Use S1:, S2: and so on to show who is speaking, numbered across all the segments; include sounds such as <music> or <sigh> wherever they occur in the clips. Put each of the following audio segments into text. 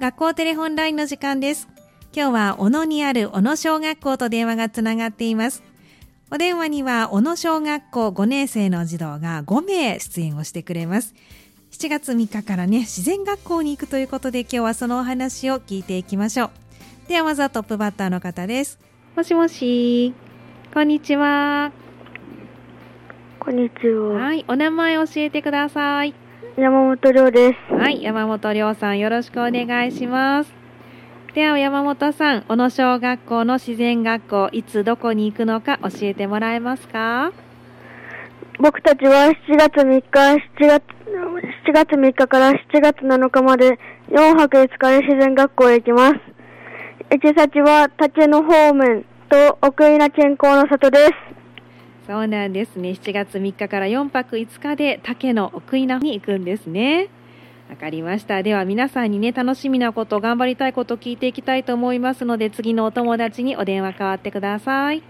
S1: 学校テレホンラインの時間です。今日は小野にある小野小学校と電話がつながっています。お電話には小野小学校5年生の児童が5名出演をしてくれます。7月3日からね、自然学校に行くということで今日はそのお話を聞いていきましょう。ではまずはトップバッターの方です。もしもし。こんにちは。
S2: こんにちは。
S1: はい、お名前教えてください。
S2: 山本亮です。
S1: はい、山本亮さんよろしくお願いします。では山本さん、小野小学校の自然学校、いつどこに行くのか教えてもらえますか
S2: 僕たちは7月3日、7月、7月3日から7月7日まで4泊5日で自然学校へ行きます。行き先は竹野方面と奥稲健康の里です。
S1: そうなんですね。7月3日から4泊5日で竹の奥稲に行くんですね。わかりました。では皆さんにね、楽しみなこと、頑張りたいこと聞いていきたいと思いますので、次のお友達にお電話代わってください。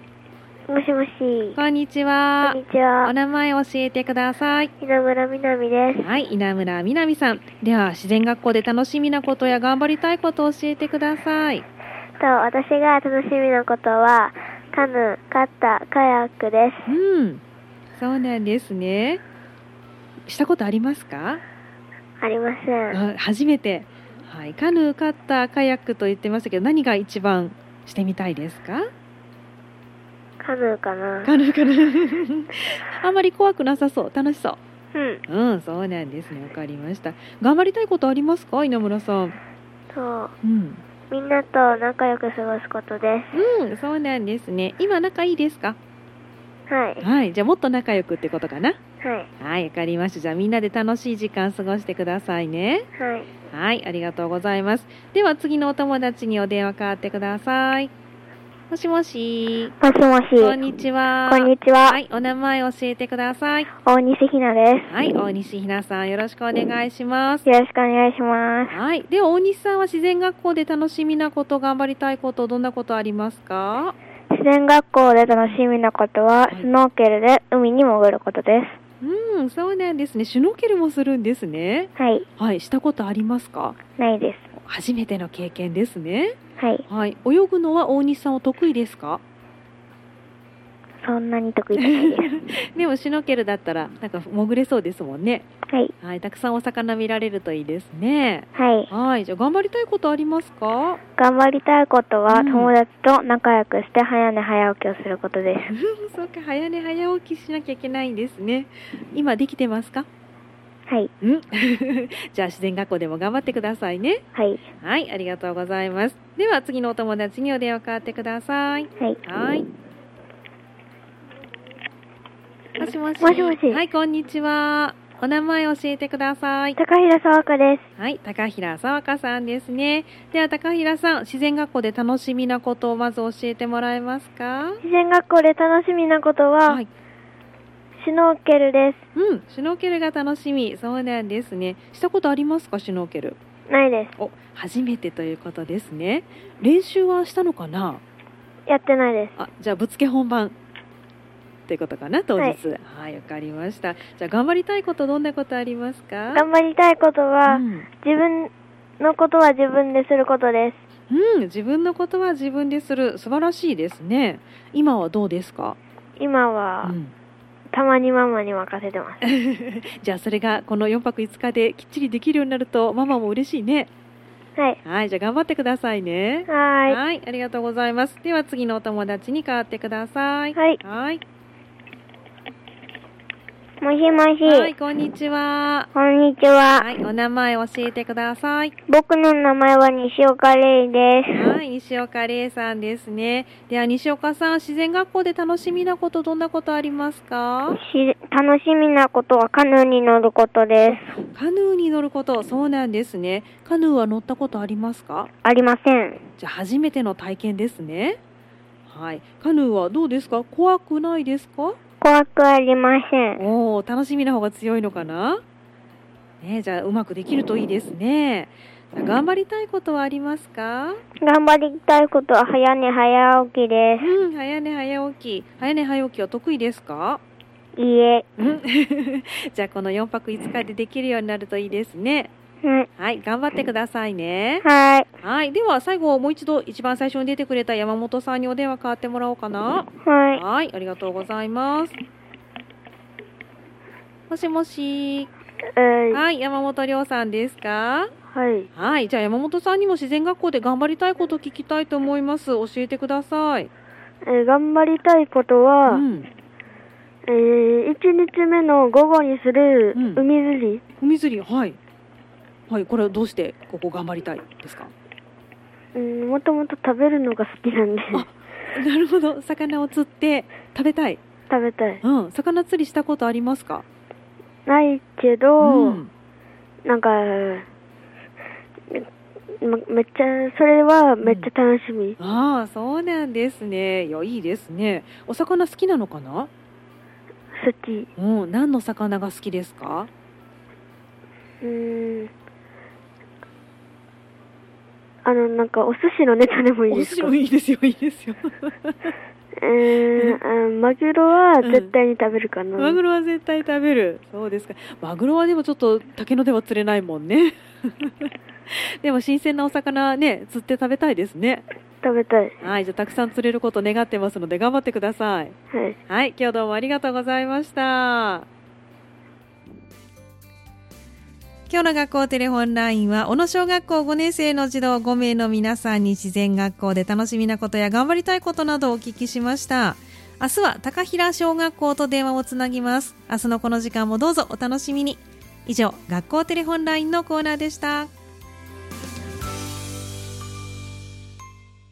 S2: もしもし。
S1: こんにちは。
S2: ち
S1: お。名前教えてください。
S2: 稲村みなみで
S1: はい、稲村みなみさん。では、自然学校で楽しみなことや頑張りたいことを教えてください。
S2: す。と、私が楽しみなことは、カヌー、カッタ、カヤックで
S1: うん、そうなんですね。したことありますか？
S2: す。ありません
S1: あ初めて。はい、カヌー、カッター、カヤックと言ってましたけど、何が一番してみたいですか？
S2: カヌーかな
S1: カヌー、カヌー。 <laughs> あんまり怖くなさそう、楽しそう。
S2: うん。
S1: うん、そうなんですね。わかりました。頑張りたいことありますか、稲村さん？
S2: そう。
S1: うん、
S2: みんなと仲良く過ごすことで
S1: うん、そうなんですね。今仲いいですか？
S2: す。はい。
S1: はい、じゃあもっと仲良くってことかな。
S2: はい。
S1: はい、わかりました。じゃあみんなで楽しい時間過ごしてくださいね。
S2: はい。
S1: はい、ありがとうございます。では次のお友達にお電話代わってください。もしもし。
S2: もしもし。
S1: こんにちは。
S2: こんにちは。
S1: はい、お名前教えてください。
S2: 大西ひなで
S1: はい、大西ひなさんよろしくお願いします
S2: す。。よろしくお願いします。
S1: はい、では大西さんは自然学校で楽しみなこと、頑張りたいこと、どんなことありますか
S2: 自然学校で楽しみなことは、
S1: い
S2: スノーケルで海に潜ることで
S1: うん、そうなんですね。シュノーケルもするんですね。
S2: す。はい。
S1: はい、したことありますか
S2: ないです。
S1: 初めての経験ですね。
S2: はい。
S1: はい、泳ぐのは大西さんお得意ですか？
S2: そんなに得意じ
S1: <laughs>
S2: ゃないで
S1: でもシュノーケルだったらなんか潜れそうですもんね。
S2: す。はい。
S1: はい、たくさんお魚見られるといいですね。
S2: はい。
S1: はい、じゃあ頑張りたいことありますか？
S2: 頑張りたいことは、
S1: うん
S2: 友達と仲良くして早寝早起きをすることです。
S1: そうか、早寝早起きしなきゃいけないんですね。今できてますか？
S2: はい。
S1: うん。 <laughs> じゃあ自然学校でも頑張ってくださいね。
S2: はい。
S1: はい、ありがとうございます。では次のお友達にお電話代わってください。
S2: はい。
S1: はい。もしもし。
S2: もしもし
S1: はい、こんにちは。お名前教えてください。
S2: 高平沢香です。
S1: はい、高平沢香さんですね。では高平さん、自然学校で楽しみなことをまず教えてもらえますか。
S2: 自然学校で楽しみなことは、
S1: はい、
S2: シュノーケルで
S1: うん、シュノーケルが楽しみ、そうなんですね。したことありますか、シュノーケル。
S2: す。ないで
S1: お、初めてということですね。練習はしたのかな。
S2: す。やってないです。
S1: あ、じゃあぶつけ本番。ということかな、当日。はい、わ、かりました。じゃあ頑張りたいこと、どんなことありますか。
S2: 頑張りたいことは、
S1: うん
S2: 自分のことは自分ですることです。
S1: うん、自分のことは自分でする、素晴らしいですね。今はどうですか。
S2: 今は、
S1: うん
S2: たまにママに任せてます。
S1: じゃあそれがこの4泊5日できっちりできるようになるとママも嬉しいね。
S2: はい。
S1: はい、じゃあ頑張ってくださいね。
S2: は
S1: ありがとうございます。では次のお友達に代わってください。
S2: ーい。はい。
S1: はい、
S2: もしも
S1: はい、
S2: し。
S1: こんにちは。
S2: こんにちは。
S1: はい、お名前教えてください。
S2: 僕の名前は西岡玲です。
S1: はい、西岡玲さんですね。では西岡さん、自然学校で楽しみなことどんなことありますか？
S2: し楽しみなことはカヌーに乗ることです。
S1: カヌーに乗ること、そうなんですね。カヌーは乗ったことありますか？
S2: ありません。
S1: じゃあ初めての体験ですね。はい、カヌーはどうですか？怖くないですか？
S2: 怖くありません。
S1: おお、楽しみな方が強いのかな？ねえ、じゃあうまくできるといいですね。さあ頑張りたいことはありますか？
S2: 頑張りたいことは早寝早起きで
S1: うん、早寝早起き、早寝早起きは得意ですか？
S2: す。いいえ。
S1: <laughs> うん、じゃあこの4泊5日でできるようになるといいですね。
S2: はい。
S1: はい、頑張ってくださいね。
S2: はい。
S1: はい、では最後もう一度一番最初に出てくれた山本さんにお電話変わってもらおうかな。
S2: はい。
S1: はい、ありがとうございます。もしもし。
S2: えー、はい。
S1: はい、山本亮さんですかはい、じゃあ山本さんにも自然学校で頑張りたいこと聞きたいと思います。教えてください。
S2: えー頑張りたいことは、
S1: うん。
S2: えー、1日目の午後にする
S1: うん
S2: 海釣り、
S1: 海釣り、はい。はい、これはどうしてここ頑張りたいですか
S2: うん、もともと食べるのが好きなんで、
S1: あなるほど、魚を釣って食べたい。
S2: 食べたい。
S1: うん、魚釣りしたことありますか
S2: ないけど、
S1: うん。
S2: なんか、めめっちゃ、それはめっちゃ楽しみ。
S1: ああ、そうなんですね。いや、いいですね。お魚好きなのかな
S2: 好き。
S1: うん、何の魚が好きですか
S2: うん。あの、なんか、お寿司のネタでもいい
S1: お
S2: で
S1: 寿
S2: す
S1: 司
S2: か
S1: もいいですよ、いいですよ。
S2: えー、うんマグロは絶対に食べるかな。
S1: マグロは絶対食べる。そうですか。マグロはでもちょっと竹野では釣れないもんね。 <laughs> でも新鮮なお魚ね、釣って食べたいですね。
S2: 食べたい。
S1: はい、じゃあたくさん釣れること願ってますので頑張ってください。
S2: はい。
S1: はい、今日どうもありがとうございました。今日の学校テレホンラインは、小野小学校5年生の児童5名の皆さんに自然学校で楽しみなことや頑張りたいことなどをお聞きしました。明日は高平小学校と電話をつなぎます。明日のこの時間もどうぞお楽しみに。以上、学校テレホンラインのコーナーでした。